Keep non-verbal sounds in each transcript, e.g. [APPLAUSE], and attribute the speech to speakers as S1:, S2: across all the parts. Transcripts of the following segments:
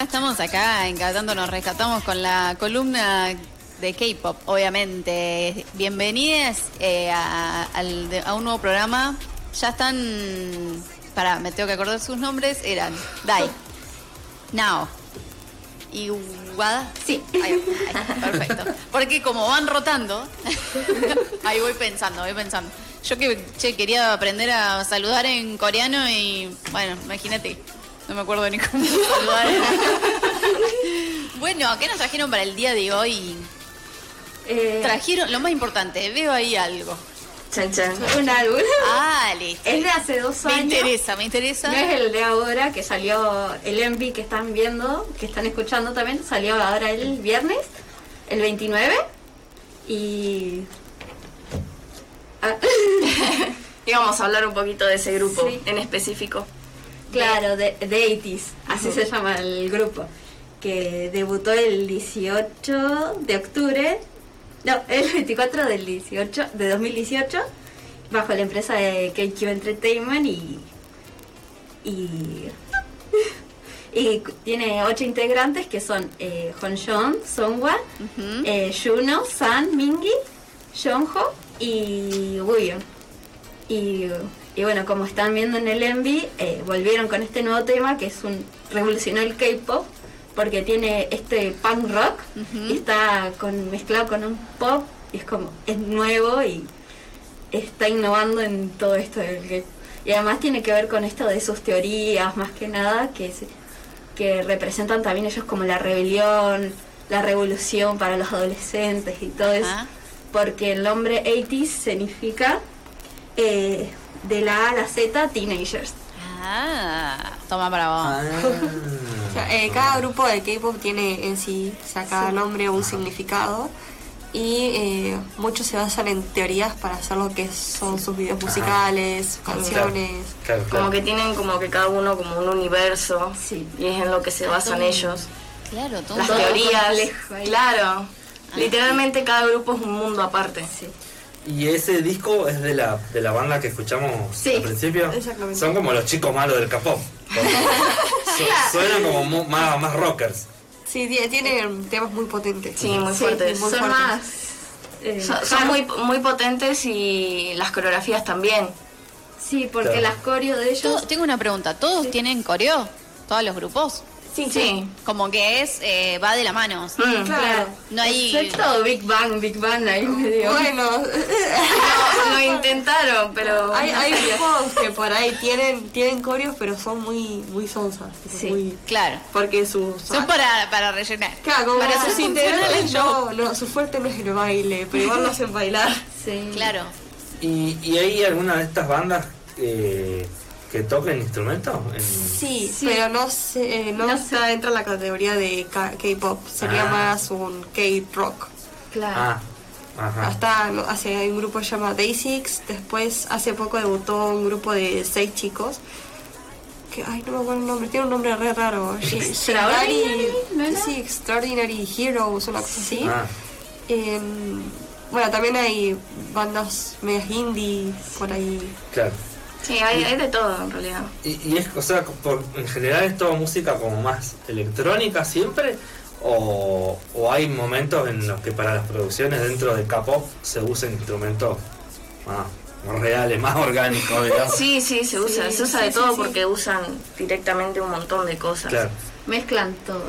S1: estamos acá encantando, nos rescatamos con la columna de K-pop, obviamente. Bienvenidas eh, a, al de- a un nuevo programa. Ya están. Pará, me tengo que acordar sus nombres. Eran Dai, Nao y Wada. Sí, ahí va, ahí, perfecto. Porque como van rotando, [LAUGHS] ahí voy pensando, voy pensando. Yo que che, quería aprender a saludar en coreano y bueno, imagínate, no me acuerdo ni cómo [LAUGHS] saludar. bueno, ¿qué nos trajeron para el día de hoy?
S2: Eh,
S1: Trajeron lo más importante, veo ahí algo.
S2: chan, chan. Un álbum.
S1: Ah, listo.
S2: Es de hace dos
S1: Me
S2: años.
S1: interesa, me interesa.
S2: No es el de ahora que salió el MV que están viendo, que están escuchando también. Salió ahora el viernes, el 29. Y. Ah,
S3: Y vamos a hablar un poquito de ese grupo
S2: Sí.
S3: en específico.
S2: claro, de, de 80s, así se llama el grupo. Que debutó el 18 de octubre. No, el 24 del 18, de 2018, bajo la empresa de KQ Entertainment y y, y tiene ocho integrantes que son eh, Honsheon, Songwa,
S1: Ujú.
S2: eh, Juno, San, Mingi, Jongho y Wooyeon. Y, y bueno, como están viendo en el Envy, eh, volvieron con este nuevo tema que es un revolucionó el K-pop porque tiene este punk rock
S1: Ujú.
S2: y está con, mezclado con un pop y es como es nuevo y está innovando en todo esto del que- y además tiene que ver con esto de sus teorías más que nada que se- que representan también ellos como la rebelión la revolución para los adolescentes y todo eso
S1: Ajá.
S2: porque el nombre 80 significa eh, de la A a la Z teenagers
S1: Ah, toma para vos.
S4: Ah.
S5: O [LAUGHS] sea, eh, cada grupo de K-pop tiene en sí, o sea, cada nombre un significado y eh, muchos se basan en teorías para hacer lo que son sus videos musicales, canciones.
S4: Claro,
S3: Como
S4: claro.
S3: que tienen como que cada uno como un universo.
S2: Sí.
S3: Y es en lo que se basan ellos.
S1: Claro, todo
S3: Las
S2: todo
S3: teorías.
S2: complejo ahí.
S3: Claro.
S5: Ah,
S3: Literalmente cada grupo es un mundo aparte.
S2: sí
S4: Y ese disco es de la, de la banda que escuchamos
S2: Sí,
S4: al principio.
S5: exactamente.
S4: Son como los chicos malos del
S5: [LAUGHS]
S4: capó. suenan como mu- más, más rockers.
S5: Sí, tie- tienen temas muy potentes.
S3: Sí, muy
S2: Sí,
S3: fuertes.
S5: muy
S2: son
S5: fuertes.
S2: más eh,
S3: Son, son
S2: hard.
S3: muy, muy potentes y las coreografías también.
S2: sí porque
S4: Claro.
S2: las coreo de ellos
S1: Todo- tengo una pregunta, ¿todos tienen coreo? ¿Todos los grupos?
S3: Sí, sí.
S1: Como que es, eh, va de la mano. o sea,
S3: Mm.
S2: Claro.
S1: No hay-
S2: Excepto Big Bang, Big Bang ahí medio.
S5: Bueno,
S3: No, lo intentaron, pero.
S5: [LAUGHS] hay, [LAUGHS] hay grupos que por ahí tienen, tienen coreos, pero son muy, muy sonsas. tipo,
S2: Sí.
S5: muy-
S1: Claro.
S5: porque sus...
S1: Son para, para rellenar.
S5: Claro, como ah,
S1: para
S5: sus
S1: hacer
S5: integrales
S1: funciones,
S5: no, no, su fuerte no es el baile, pero igual lo hacen bailar.
S2: Sí.
S1: Claro.
S4: ¿Y, y hay alguna de estas bandas eh, que toquen instrumentos? En-
S5: Sí,
S2: Sí.
S5: pero no, se, eh, no,
S2: No
S5: está dentro de la categoría de K- K-pop, sería
S4: Ah.
S5: más un K-rock.
S2: Claro.
S4: Ah, ajá.
S5: Hasta lo- hace hay un grupo que se llama Day6, después hace poco debutó un grupo de seis chicos. Que, ay, no me acuerdo el nombre, tiene un nombre re raro. Shi-
S2: Extraordinary,
S5: Shindari-
S2: ¿no era?
S5: Sí, Extraordinary Heroes, una cosa así.
S4: Ah,
S5: En- bueno, también hay bandas medias indie por ahí.
S4: claro.
S3: Sí, hay, hay de todo en realidad.
S4: Y, y es, o sea, por- en general es toda música como más electrónica siempre, o, o hay momentos en los que para las producciones dentro de K-pop se usan instrumentos más, más reales, más orgánicos, digamos.
S3: Sí, sí, se usa.
S2: Sí,
S3: se usa
S2: sí,
S3: de
S2: sí,
S3: todo
S2: sí.
S3: porque usan directamente un montón de cosas.
S4: Claro.
S2: Mezclan todo.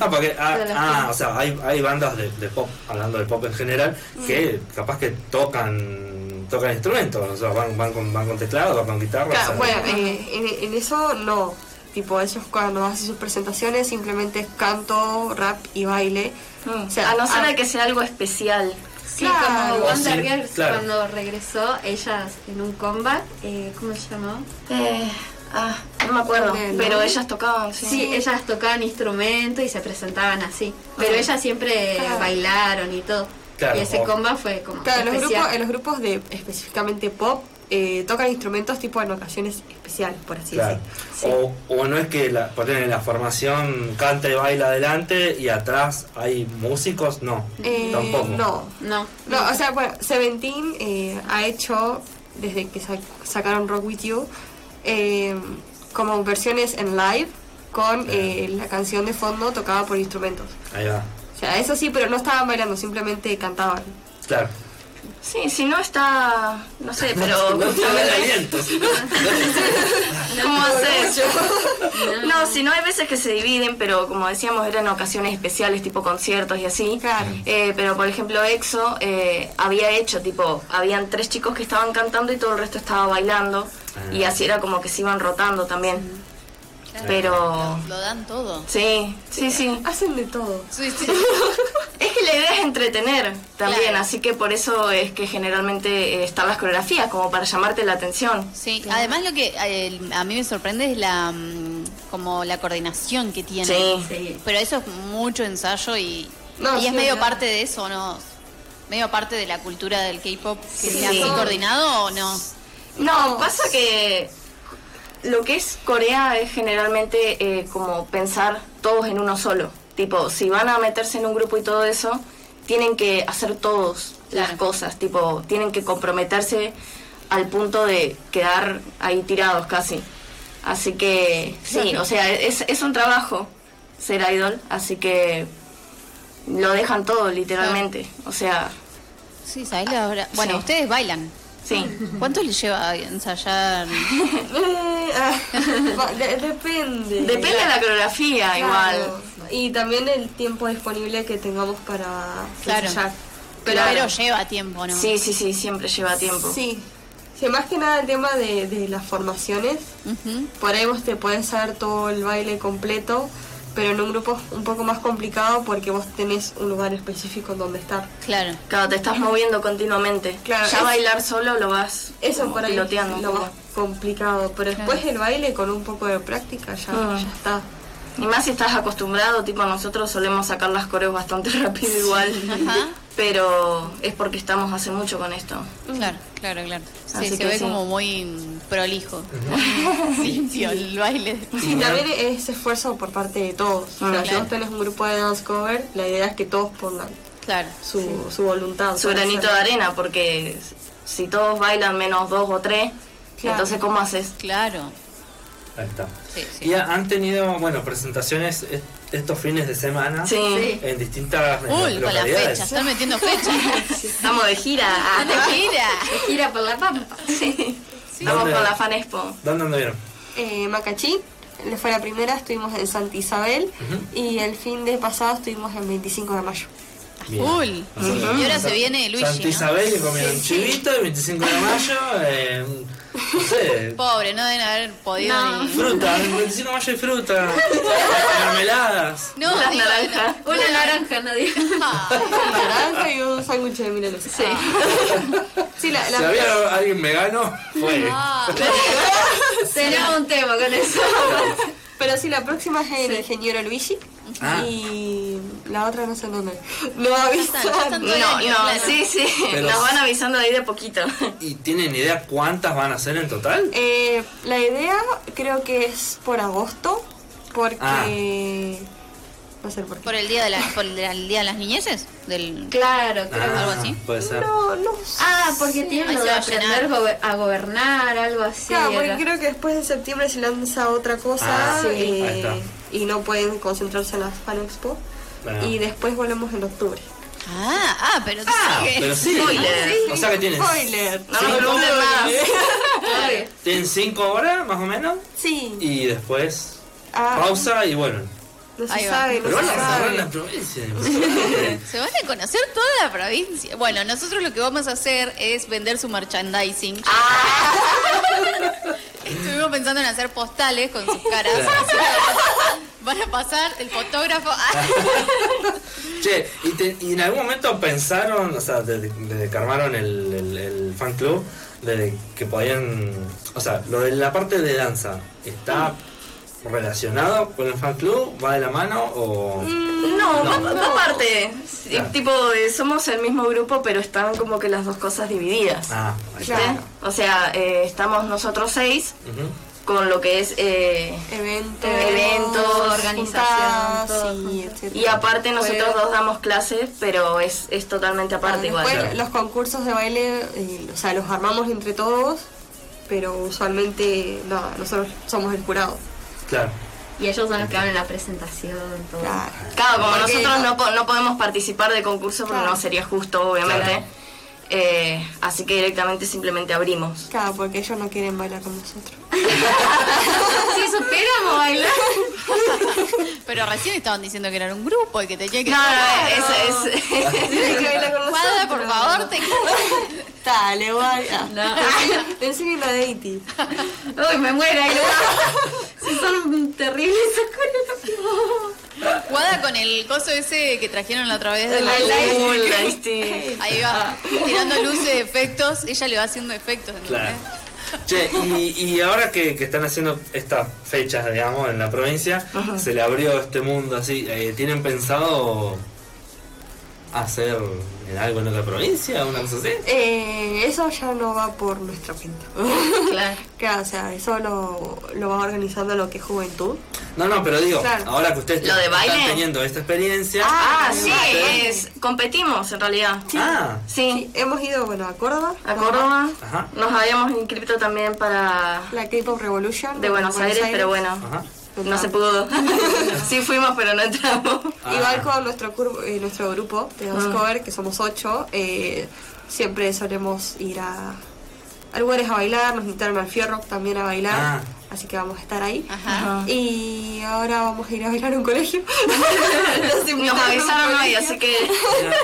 S4: Ah, porque, ah,
S2: Mm. Pero las
S4: ah,
S2: que-
S4: o sea, hay, hay bandas de, de pop, hablando de pop en general, que capaz que tocan tocan instrumentos, o sea, van, van, con, van con teclado, van con guitarra. o
S5: Claro,
S4: sea,
S5: bueno, eh, en, en eso no. Tipo, ellos cuando hacen sus presentaciones simplemente es canto, rap y baile.
S3: Mm.
S5: O sea,
S3: a no ser
S5: ah.
S3: de que sea algo especial.
S2: Sí,
S5: Claro.
S2: como Wonder
S4: Sí,
S2: Girls
S4: claro.
S2: cuando regresó, ellas en un comeback, eh, ¿cómo se llamó?
S3: Eh, ah, no me acuerdo.
S5: Ponele.
S3: Pero ellas tocaban, sí.
S2: Sí, ellas tocaban instrumentos y se presentaban así. Pero
S3: Ajá.
S2: ellas siempre
S5: Claro.
S2: bailaron y todo.
S4: Claro,
S2: y ese
S4: o-
S2: comeback fue como
S5: Claro, en los,
S2: especial.
S5: grupos, en los grupos de específicamente pop eh, tocan instrumentos tipo en ocasiones especiales, por así
S4: Claro. O, o no es que la, por ejemplo, en la formación canta y baila adelante y atrás hay músicos, no.
S5: decir. Eh,
S4: Tampoco.
S5: No.
S2: No.
S5: No, o sea, bueno, Seventeen eh, ha hecho, desde que sa- sacaron Rock With You, eh, como versiones en live con eh, la canción de fondo tocada por instrumentos.
S4: Ahí va.
S5: O sea, eso sí, pero no estaban bailando, simplemente cantaban.
S4: Claro.
S3: Sí, si no está. No sé, pero.
S4: No te da el aliento.
S3: ¿Cómo haces? [LAUGHS] No, si no hay veces que se dividen, pero como decíamos, eran ocasiones especiales, tipo conciertos y así.
S5: Claro.
S3: Eh, pero por ejemplo, EXO eh, había hecho, tipo, habían tres chicos que estaban cantando y todo el resto estaba bailando.
S4: Ah.
S3: Y así era como que se iban rotando también. Pero.
S1: Lo dan todo.
S3: Sí, sí, sí.
S5: Hacen de todo.
S1: Sí, sí.
S3: Es que la idea es entretener también,
S1: Claro.
S3: así que por eso es que generalmente eh, están las coreografías, como para llamarte la atención.
S1: Sí, además lo que eh, a mí me sorprende es la mm, como la coordinación que tiene.
S3: Sí.
S2: Sí.
S1: Pero eso es mucho ensayo y,
S5: No,
S1: y es
S5: sí,
S1: medio
S5: claro.
S1: parte de eso, ¿no? Medio parte de la cultura del K-pop que
S3: Sí.
S1: sea así coordinado o no.
S3: No, pasa que lo que es Corea es generalmente eh, como pensar todos en uno solo. Tipo, si van a meterse en un grupo y todo eso, tienen que hacer todos las
S1: Claro.
S3: cosas, tipo, tienen que comprometerse al punto de quedar ahí tirados casi. Así que, sí, o sea, es, es un trabajo ser idol, así que lo dejan todo literalmente. O sea,
S1: Sí, ¿sabés la hora? Bueno,
S3: Sí.
S1: ustedes bailan.
S3: sí.
S1: ¿Cuánto les lleva a ensayar?
S5: [LAUGHS] Eh, ah, [LAUGHS] va- de- depende.
S3: Depende de la coreografía
S5: Claro.
S3: igual.
S5: Y también el tiempo disponible que tengamos para
S1: Claro.
S5: ensayar.
S1: Pero,
S3: Claro.
S1: lleva tiempo, ¿no?
S3: Sí, sí, sí, siempre lleva tiempo.
S5: Sí. Sí, más que nada el tema de, de las formaciones.
S1: Ujú.
S5: Por ahí vos te podés saber todo el baile completo, pero en un grupo es un poco más complicado porque vos tenés un lugar específico en donde estar.
S1: Claro.
S3: Claro, te estás moviendo continuamente.
S5: Claro,
S3: ya
S5: es-
S3: bailar solo lo vas
S5: Eso
S3: como
S5: por ahí
S3: piloteando.
S5: es
S3: un
S5: lo
S3: poco.
S5: más complicado, pero después
S1: Claro.
S5: el baile con un poco de práctica ya,
S3: Mm.
S5: ya está.
S3: Y más si estás acostumbrado, tipo nosotros solemos sacar las coreos bastante [LAUGHS] rápido igual.
S1: Ajá.
S3: Pero es porque estamos hace mucho con esto.
S1: Claro, claro, claro. Sí,
S3: Así
S1: se
S3: que
S1: ve
S3: sí.
S1: como muy mm, prolijo. [LAUGHS] Limpio el baile.
S5: Sí, también es esfuerzo por parte de todos. O sea,
S3: Mm,
S5: si
S1: claro.
S5: vos tenés un grupo de dance cover, la idea es que todos pongan
S1: Claro.
S5: su, su voluntad.
S3: Su
S5: para
S3: granito de
S5: hacer.
S3: arena, porque si todos bailan menos dos o tres,
S5: Claro.
S3: entonces ¿cómo haces?
S1: Claro.
S4: Ahí está.
S1: Sí, sí.
S4: Y ha- han tenido, bueno, presentaciones est- estos fines de semana
S3: Sí.
S4: en distintas eh,
S1: Uy, con la fecha,
S4: localidades.
S1: están metiendo
S3: [LAUGHS]
S1: fecha.
S3: Estamos de gira.
S5: [LAUGHS]
S3: Ah,
S1: Date gira.
S2: Gira por la pampa.
S3: Vamos
S4: ¿Dónde-
S3: con la Fan Expo.
S4: ¿Dónde anduvieron?
S5: Eh, Macachí, le fue la primera, estuvimos en Santa Isabel
S4: Ujú.
S5: y el fin de pasado estivimos el 25 de [LAUGHS] mayo.
S4: Bien.
S1: Ah, Full.
S4: Nosotros-
S1: Y ahora se viene Luigi,
S4: Santa
S1: ¿no?
S4: Isabel que comieron chivito el 25 de mayo. eh, no sé.
S1: Pobre, no deben haber podido
S3: No.
S1: ni.
S4: Fruta, el 25 de mayo hay fruta. mermeladas.
S1: No,
S3: Las
S1: digo,
S3: naranjas.
S1: no.
S2: [LAUGHS] Una naranja, no digo.
S1: Ah,
S5: Naranja y un sándwich de milanes. [LAUGHS] Sí. la, la-
S4: Si había alguien vegano, fue.
S2: Tenemos un tema con eso.
S5: pero sí, la próxima es el ingeniero Luigi
S4: Ah.
S5: y la otra no sé en dónde. No
S1: están, ya están
S5: avisan.
S1: todo el
S3: No,
S1: año,
S3: no,
S1: claro.
S3: sí, sí.
S4: Pero-
S3: Nos van avisando ahí de poquito.
S4: ¿Y tienen idea cuántas van a ser en total?
S5: Eh, la idea creo que es por agosto porque... No sé Ah. por qué.
S1: ¿Por el día de las, por el día de las niñeces? Del...
S4: Ah.
S2: Claro, creo.
S1: algo así.
S4: Puede ser.
S5: No, no sé.
S2: Ah, porque tiene
S1: ahí
S2: lo
S1: se
S2: de
S1: va a
S2: aprender
S1: llenar.
S2: gobe- a gobernar, algo así.
S5: Claro, porque
S2: era.
S5: Ah, creo que después de septiembre se lanza otra cosa
S4: Ah, sí.
S5: eh,
S4: Ahí está.
S5: y no pueden concentrarse en la Fan Expo.
S4: Bueno.
S5: Y después volvemos en octubre.
S1: Ah, ah, pero tú
S4: Ah,
S1: sabes que-
S4: pero sí.
S3: Spoiler.
S4: O sea que tienen.
S5: Spoiler.
S3: No nos pregunten más.
S2: Obvio.
S4: Tienen 5 horas más o menos.
S5: Sí.
S4: Y después
S5: Ah,
S4: pausa y bueno.
S5: No se
S1: Ahí va.
S5: sabe, no
S4: Pero van
S5: se
S4: a cerrar
S5: sabe.
S4: la provincia. impresionante.
S1: Se van a conocer toda la provincia. Bueno, nosotros lo que vamos a hacer es vender su merchandising. [LAUGHS] Estuvimos pensando en hacer postales con sus caras.
S4: Claro.
S1: Así que Van a pasar el fotógrafo. [LAUGHS] Ah,
S4: Che, ¿y, te- y en algún momento pensaron, o sea, desde, desde que armaron el, el- el fan club, de que podían. O sea, lo de la parte de danza, ¿está relacionado con el fan club? ¿Va de la mano o.?
S3: Mm. No,
S4: No.
S3: no, aparte.
S4: Claro.
S3: Tipo, eh, somos el mismo grupo, pero están como que las dos cosas divididas.
S4: Ah, ahí está.
S5: Claro.
S3: O sea, eh, estamos nosotros seis
S4: Ujú.
S3: con lo que es... eh,
S5: Eventos,
S3: Eventos,
S2: organización, todo
S5: juntadas y
S2: junto.
S5: etcétera.
S3: y aparte nosotros
S5: Juegos.
S3: dos damos clases, pero es, es totalmente aparte igual.
S5: Después,
S4: Claro.
S5: los concursos de baile, eh, o sea, los armamos entre todos, pero usualmente no, nosotros somos el jurado.
S4: Claro.
S2: Y ellos son los que hablan en la presentación, todo.
S4: Ah.
S5: Claro.
S3: Claro, como
S5: Porque-
S3: nosotros no, po- no podemos participar de concursos porque
S5: Claro.
S3: no sería justo, obviamente.
S4: Claro.
S3: Eh, así que directamente simplemente abrimos.
S5: Claro, porque ellos no quieren bailar con nosotros.
S2: Si supiéramos bailar.
S1: Pero recién estaban diciendo que eran un grupo y que tenía que...
S3: No, no, es, es-
S5: Tienen que bailar con
S1: Cuadra, por favor, te... [LAUGHS]
S5: Dale, guay. [LAUGHS]
S2: No.
S5: Te enseño lo de Iti.
S2: Uy, me muero ahí. [LAUGHS] ¿no? Si son terribles esos colores.
S1: Cuadra con el coso ese que trajeron la otra vez. de la-
S3: Azul, este.
S1: Ahí va, tirando luces, efectos. Ella le va haciendo efectos. ¿entendés?
S4: Claro. Che, y, y ahora que, que están haciendo estas fechas, digamos, en la provincia, se le abrió este mundo así. eh, ¿Tienen pensado hacer algo en otra provincia? ¿Una cosa así?
S5: Eh, eso ya no va por nuestra [LAUGHS] cuenta.
S2: Claro.
S5: Claro, o sea, eso lo, lo va organizando lo que es juventud.
S4: No, no, pero digo,
S5: Claro.
S4: ahora que ustedes
S3: ¿Lo de
S4: están
S3: baile?
S4: teniendo esta experiencia.
S3: Ah, sí,
S4: ustedes-
S3: es- competimos en realidad.
S4: Ah,
S3: Sí,
S5: Hemos ido, bueno, a Córdoba.
S3: a Córdoba.
S4: Ajá.
S3: Nos habíamos inscrito también para
S5: La K-Pop Revolution.
S3: de Buenos Aires, pero bueno,
S4: ajá.
S3: no se pudo. [LAUGHS] sí fuimos, pero no entramos.
S4: Ah.
S5: Igual con nuestro, cur- eh, nuestro grupo de Dance Cover, que somos ocho, eh, siempre solemos ir a, a lugares a bailar, nos invitaron al Fierro también a bailar,
S4: Ah.
S5: así que vamos a estar ahí.
S1: Ajá.
S5: Y ahora vamos a ir a bailar a un
S3: [LAUGHS]
S5: colegio.
S3: Nos avisaron hoy, así que
S4: Mira,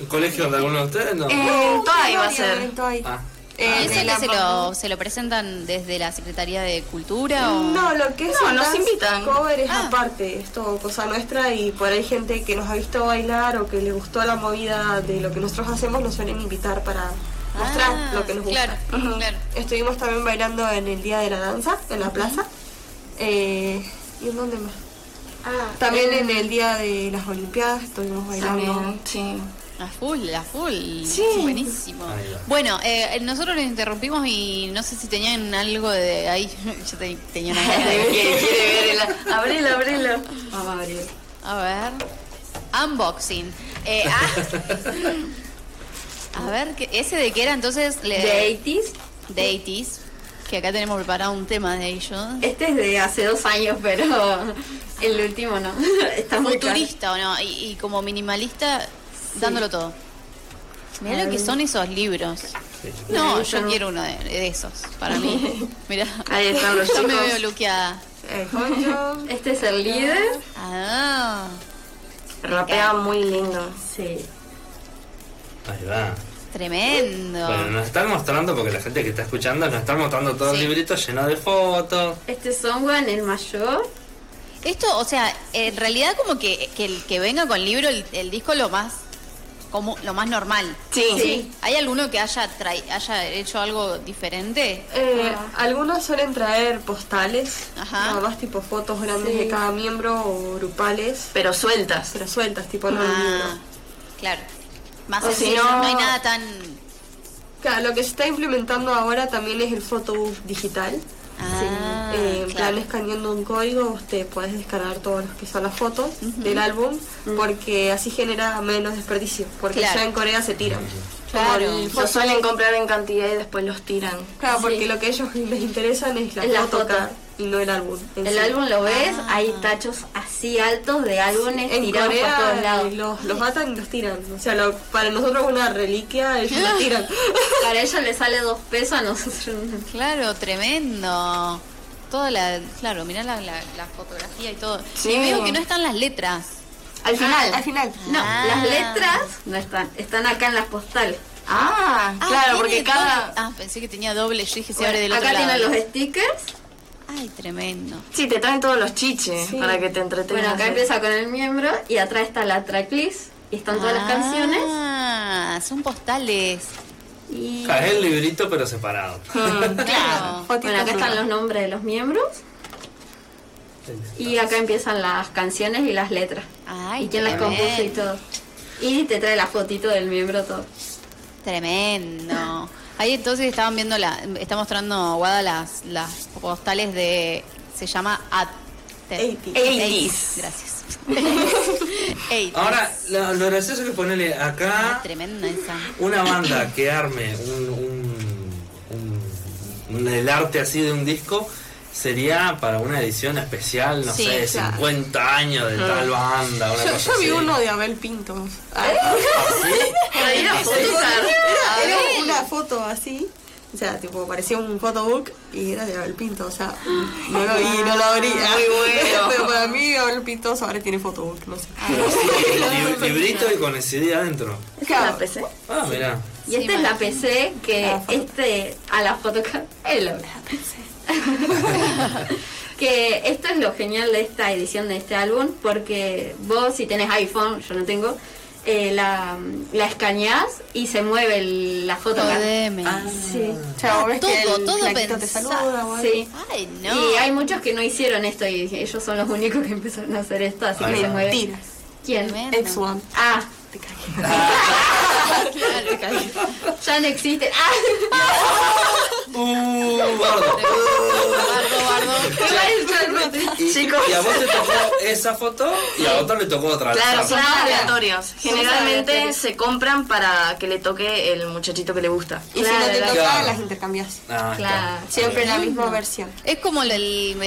S4: ¿Un colegio de alguno de ustedes? No.
S5: [LAUGHS]
S3: eh, toda iba a ser.
S4: Ah.
S5: Eh,
S1: ¿Y ¿Eso que se lo, se lo presentan desde la Secretaría de Cultura? O...
S5: No, lo que es
S3: No,
S5: el
S3: nos
S5: dance
S3: invitan.
S5: cover es
S1: Ah.
S5: aparte, es todo cosa nuestra y por ahí gente que nos ha visto bailar o que le gustó la movida de lo que nosotros hacemos nos suelen invitar para mostrar
S1: Ah,
S5: lo que nos gusta. [LAUGHS]
S1: claro, claro.
S5: Estuvimos también bailando en el Día de la Danza, en la plaza. Eh, ¿Y en dónde más?
S2: Ah,
S5: También en el Día de las Olimpiadas estuvimos bailando.
S3: También, sí.
S1: A full, a full.
S3: Sí.
S1: Buenísimo.
S4: Ahí va.
S1: Bueno, eh, nosotros les interrumpimos y no sé si tenían algo de ahí. [LAUGHS] Yo te- tenía una gana de-
S3: Quiere- quiere [LAUGHS] ver el- Abrilo, abrilo.
S2: vamos Ah, a abrir.
S1: A ver. Unboxing. Eh, ah. a ver, ¿qué- ¿ese de qué era entonces? Le-
S2: De 80s.
S1: de 80s, Que acá tenemos preparado un tema de ellos.
S2: Este es de hace dos años, pero [LAUGHS] el último no. Está [LAUGHS] muy caro.
S1: Futurista, ¿o no? Y, y como minimalista, dándolo todo. Mirá lo que son esos libros.
S4: Sí.
S1: No,
S2: Me
S1: yo
S2: gustan.
S1: quiero uno de, de esos, para mí. Mirá.
S3: Ahí están los
S1: Yo [LAUGHS] me
S3: chicos.
S1: veo luqueada.
S5: Eh, Honjo,
S2: [LAUGHS] Este es el líder.
S1: Ah,
S3: Rapea muy lindo.
S2: Sí.
S4: Ahí va.
S1: tremendo.
S4: Bueno, nos están mostrando, porque la gente que está escuchando, nos están mostrando todo
S1: Sí.
S4: el librito lleno de fotos.
S2: Este es Songwan, el mayor.
S1: Esto, o sea, en realidad como que, que el que venga con libro, el, el disco lo más como lo más normal.
S3: Sí.
S1: ¿Hay alguno que haya trai- haya hecho algo diferente?
S5: Eh, algunos suelen traer postales,
S1: Ajá.
S5: nada más tipo fotos grandes de cada miembro o grupales,
S3: Pero sueltas.
S5: pero sueltas, tipo no un
S1: Ah,
S5: libro.
S1: claro. Más
S3: O si
S1: sencillo, no...
S3: no-
S1: hay nada tan
S5: Claro, lo que se está implementando ahora también es el photobooth digital.
S1: Ah,
S5: Eh, en plan
S1: claro.
S5: escaneando un código, usted puedes descargar todos los que son las fotos del álbum,
S2: Mm.
S5: porque así genera menos desperdicio, porque
S1: Claro.
S5: ya en Corea se tiran.
S1: Claro.
S5: Como el
S3: Lo suelen comprar en cantidad y después los tiran.
S5: Claro, porque lo que a ellos les interesan es la,
S2: Es la
S5: foto
S2: foto.
S5: acá, y no el álbum. en
S2: El
S5: sí.
S2: álbum lo ves, hay tachos así altos de álbumes
S5: En
S2: tirados
S5: Corea
S2: por todos lados.
S5: eh, los, los matan y los tiran. O sea, lo- para nosotros es una reliquia, ellos los tiran.
S2: Para ellos le sale dos pesos, a nosotros no.
S1: Claro, tremendo. Toda la, claro, mirá la, la- la fotografía y todo.
S3: Sí.
S1: Y veo que no están las letras.
S3: Al final.
S5: Al final.
S2: No,
S1: Ah.
S2: las letras no están, están acá en las postales.
S3: Ah,
S1: Ah, tiene
S3: claro, porque cada.
S1: doble- Ah, pensé que tenía doble, yo dije se abre del
S2: Bueno, acá
S1: otro
S2: tienen
S1: lado.
S2: los stickers.
S1: Ay, tremendo.
S3: Sí, te traen todos los chiches para que te entretengas.
S2: Bueno, acá empieza con el miembro y atrás está la tracklist y están todas las canciones.
S1: Ah, son
S2: [LAUGHS]
S1: postales.
S2: Y
S4: Ah, Es el librito, pero separado.
S1: Claro.
S2: bueno, acá están los nombres de los miembros y acá empiezan las canciones y las letras.
S1: Ay,
S2: y quién las
S1: tremendo.
S2: compuso y todo. Y te trae la fotito del miembro todo.
S1: Tremendo. Ahí entonces estaban viendo la, está mostrando Guada las, las postales de, se llama At.
S5: 80s.
S1: 80s. Gracias. 80s.
S4: Ahora, lo, lo gracioso que ponele
S1: Ah,
S4: acá
S1: tremenda esa.
S4: una banda que arme un, un, un- un- el arte así de un disco sería para una edición especial, no
S1: Sí,
S4: sé, de
S5: claro.
S4: 50 años de tal banda, [LAUGHS] una
S5: Yo,
S4: cosa
S5: yo vi
S4: así.
S5: uno de Abel Pinto.
S2: ¿Eh?
S3: Pero era fotógrafo.
S5: Había una foto así. O sea, tipo, parecía un photobook y era de Abel Pinto, o sea, no lo vi, no lo abrí.
S3: Muy bueno.
S5: [LAUGHS] Pero para mí Abel Pinto ahora tiene photobook, no sé.
S4: Pero sí, lib- librito y con el CD adentro.
S5: Claro.
S2: La PC.
S4: Ah, mirá.
S2: Y
S1: Sí,
S2: esta es
S1: mal.
S2: la PC que
S5: La foto-
S2: este a la fotocam él lo- [LAUGHS] que esto es lo genial de esta edición de este álbum porque vos si tenés iPhone, yo no tengo, eh, la, la escaneás y se mueve el- la fotocam.
S1: Jodeme.
S2: Sí.
S5: O sea, vos ves que
S1: Todo,
S5: el
S1: todo
S5: flaquito te
S1: pensado.
S5: saluda, o algo.
S2: Sí.
S1: Ay, no.
S2: Y hay muchos que no hicieron esto y ellos son los únicos que empezaron a hacer esto, así que se mueve.
S5: Mentiras.
S2: ¿Quién?
S1: Tremendo.
S5: Ex One.
S2: Ah,
S5: Te caí.
S1: [LAUGHS] Claro, te caí.
S2: ya no existen. Ah,
S4: Uh, gordo.
S1: Bardo, bardo.
S3: Chicos.
S4: Y a vos te tocó esa foto y a otro le tocó otra.
S3: Claro, son
S4: Ah,
S2: Claro.
S3: aleatorios. Generalmente
S2: aleatorios.
S3: se compran para que le toque el muchachito que le gusta.
S5: Y si no te
S2: Claro,
S5: toca,
S4: claro.
S5: las intercambias.
S4: Ah,
S2: Claro.
S4: está.
S5: Siempre
S4: Bien.
S5: la misma versión.
S1: Es como el, el-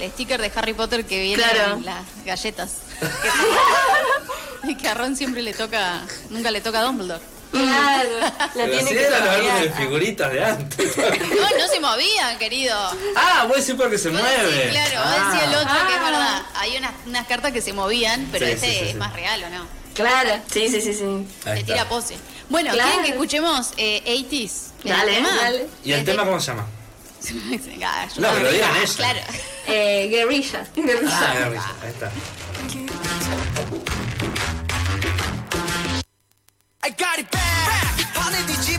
S1: el sticker de Harry Potter que viene
S3: Claro.
S1: en las galletas. [LAUGHS] Y que a Ron siempre le toca, nunca le toca a Dumbledore.
S2: claro.
S5: La
S4: Pero
S5: tiene
S4: así
S5: que
S4: eran los
S5: cambiar.
S4: álbumes de figuritas de antes.
S1: No, no se movían, querido.
S4: ah, vos decís porque se
S1: Vos
S4: mueve.
S1: decís, claro,
S4: ah.
S1: vos decís el otro que es verdad. Hay unas, unas cartas que se movían, pero
S4: Sí,
S1: este
S4: sí, sí,
S1: es
S4: sí.
S1: más real, ¿o no?
S2: Claro.
S3: Sí, sí, sí, sí.
S4: Ahí
S1: Se
S4: está.
S1: tira pose. Bueno,
S2: Claro.
S1: ¿quieren que escuchemos eh, 80s? del
S3: Dale,
S1: tema?
S2: dale.
S4: ¿Y el
S1: Desde-
S4: tema cómo se llama?
S1: [LAUGHS] Ah, yo
S4: No, que lo digan
S1: ah,
S4: ellos. [LAUGHS]
S1: Claro.
S2: Eh, guerrilla.
S4: Ah, era risa. Ahí está.
S6: I got it back. 바늘 뒤집어